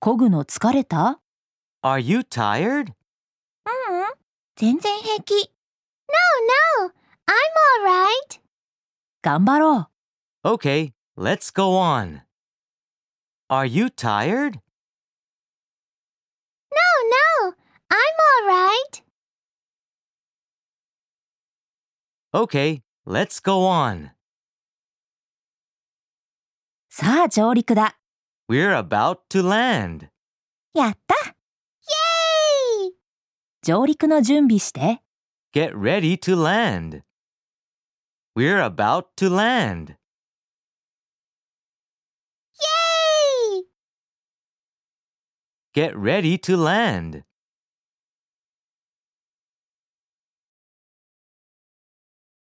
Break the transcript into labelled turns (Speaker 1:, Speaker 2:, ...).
Speaker 1: こぐの疲れた
Speaker 2: Are you
Speaker 3: うう
Speaker 2: tired?
Speaker 3: ん、全然平気。No, no, I'm alright.
Speaker 1: 頑張ろう
Speaker 2: Okay, let's go on. Are you tired?
Speaker 3: No, no, I'm alright.
Speaker 2: Okay, let's go on.
Speaker 1: さあ上陸だ
Speaker 2: We're about to land.
Speaker 3: やったイエーイ
Speaker 1: 上陸の準備して
Speaker 2: Get ready to land. We're about to land.
Speaker 3: イエーイ
Speaker 2: Get ready to land.